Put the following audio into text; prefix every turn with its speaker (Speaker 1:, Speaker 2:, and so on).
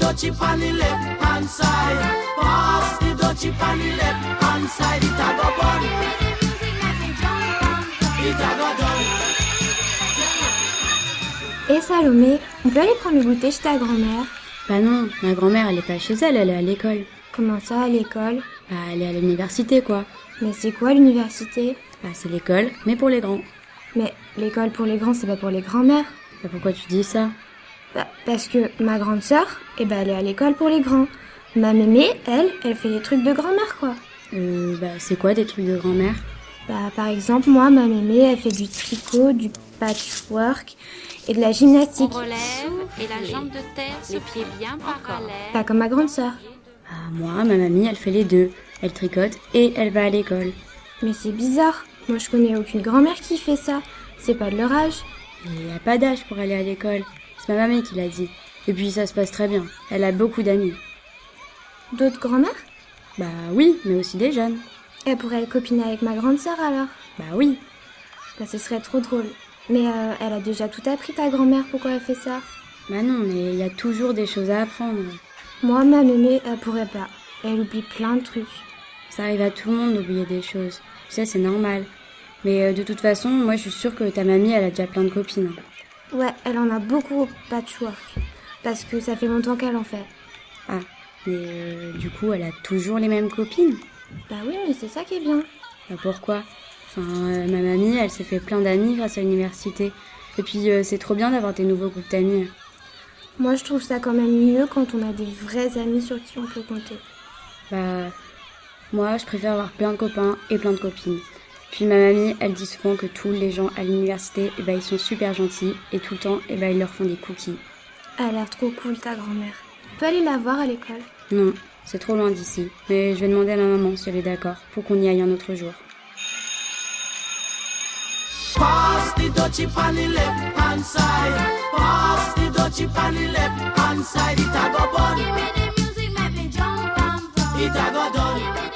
Speaker 1: dot chip on the left hand side. Pass the dot chip on the left hand side. It a go burn. It a go done.
Speaker 2: Et Salomé, on peut aller prendre le goûter chez ta grand-mère
Speaker 3: Bah non, ma grand-mère, elle est pas chez elle, elle est à l'école.
Speaker 2: Comment ça, à l'école
Speaker 3: Bah, elle est à l'université, quoi.
Speaker 2: Mais c'est quoi l'université
Speaker 3: Bah, c'est l'école, mais pour les grands.
Speaker 2: Mais l'école pour les grands, c'est pas pour les grands-mères.
Speaker 3: Bah, pourquoi tu dis ça
Speaker 2: Bah, parce que ma grande sœur, eh ben, elle est à l'école pour les grands. Ma mémé, elle, elle fait des trucs de grand-mère, quoi.
Speaker 3: Euh, bah, c'est quoi des trucs de grand-mère
Speaker 2: Bah, par exemple, moi, ma mémé, elle fait du tricot, du patchwork et de la gymnastique.
Speaker 4: On relève et la jambe de terre, ce pied bien parallèle.
Speaker 2: Pas comme ma grande sœur.
Speaker 3: Bah, moi, ma mamie, elle fait les deux. Elle tricote et elle va à l'école.
Speaker 2: Mais c'est bizarre. Moi, je connais aucune grand-mère qui fait ça. C'est pas de leur âge.
Speaker 3: Il n'y a pas d'âge pour aller à l'école. C'est ma mamie qui l'a dit. Et puis, ça se passe très bien. Elle a beaucoup d'amis.
Speaker 2: D'autres grand-mères
Speaker 3: Bah oui, mais aussi des jeunes.
Speaker 2: Elle pourrait être copine avec ma grande sœur, alors.
Speaker 3: Bah oui.
Speaker 2: Bah, ce serait trop drôle. Mais euh, elle a déjà tout appris, ta grand-mère, pourquoi elle fait ça
Speaker 3: Bah non, mais il y a toujours des choses à apprendre.
Speaker 2: Moi, ma mémé, elle pourrait pas. Elle oublie plein de trucs.
Speaker 3: Ça arrive à tout le monde d'oublier des choses. Tu sais, c'est normal. Mais euh, de toute façon, moi, je suis sûre que ta mamie, elle a déjà plein de copines.
Speaker 2: Ouais, elle en a beaucoup au patchwork. Parce que ça fait longtemps qu'elle en fait.
Speaker 3: Ah, mais euh, du coup, elle a toujours les mêmes copines
Speaker 2: Bah oui, mais c'est ça qui est bien.
Speaker 3: Bah pourquoi Enfin, euh, ma mamie, elle s'est fait plein d'amis grâce à l'université. Et puis, euh, c'est trop bien d'avoir des nouveaux groupes d'amis.
Speaker 2: Moi, je trouve ça quand même mieux quand on a des vrais amis sur qui on peut compter.
Speaker 3: Bah, moi, je préfère avoir plein de copains et plein de copines. Puis ma mamie, elle dit souvent que tous les gens à l'université, eh ben, ils sont super gentils et tout le temps, eh ben, ils leur font des cookies.
Speaker 2: Elle a l'air trop cool, ta grand-mère. On peut aller la voir à l'école.
Speaker 3: Non, c'est trop loin d'ici. Mais je vais demander à ma maman si elle est d'accord pour qu'on y aille un autre jour.
Speaker 1: Pass the dot chip on the left hand side. Pass the dot chip on the left hand side. It a go burn. It a go done.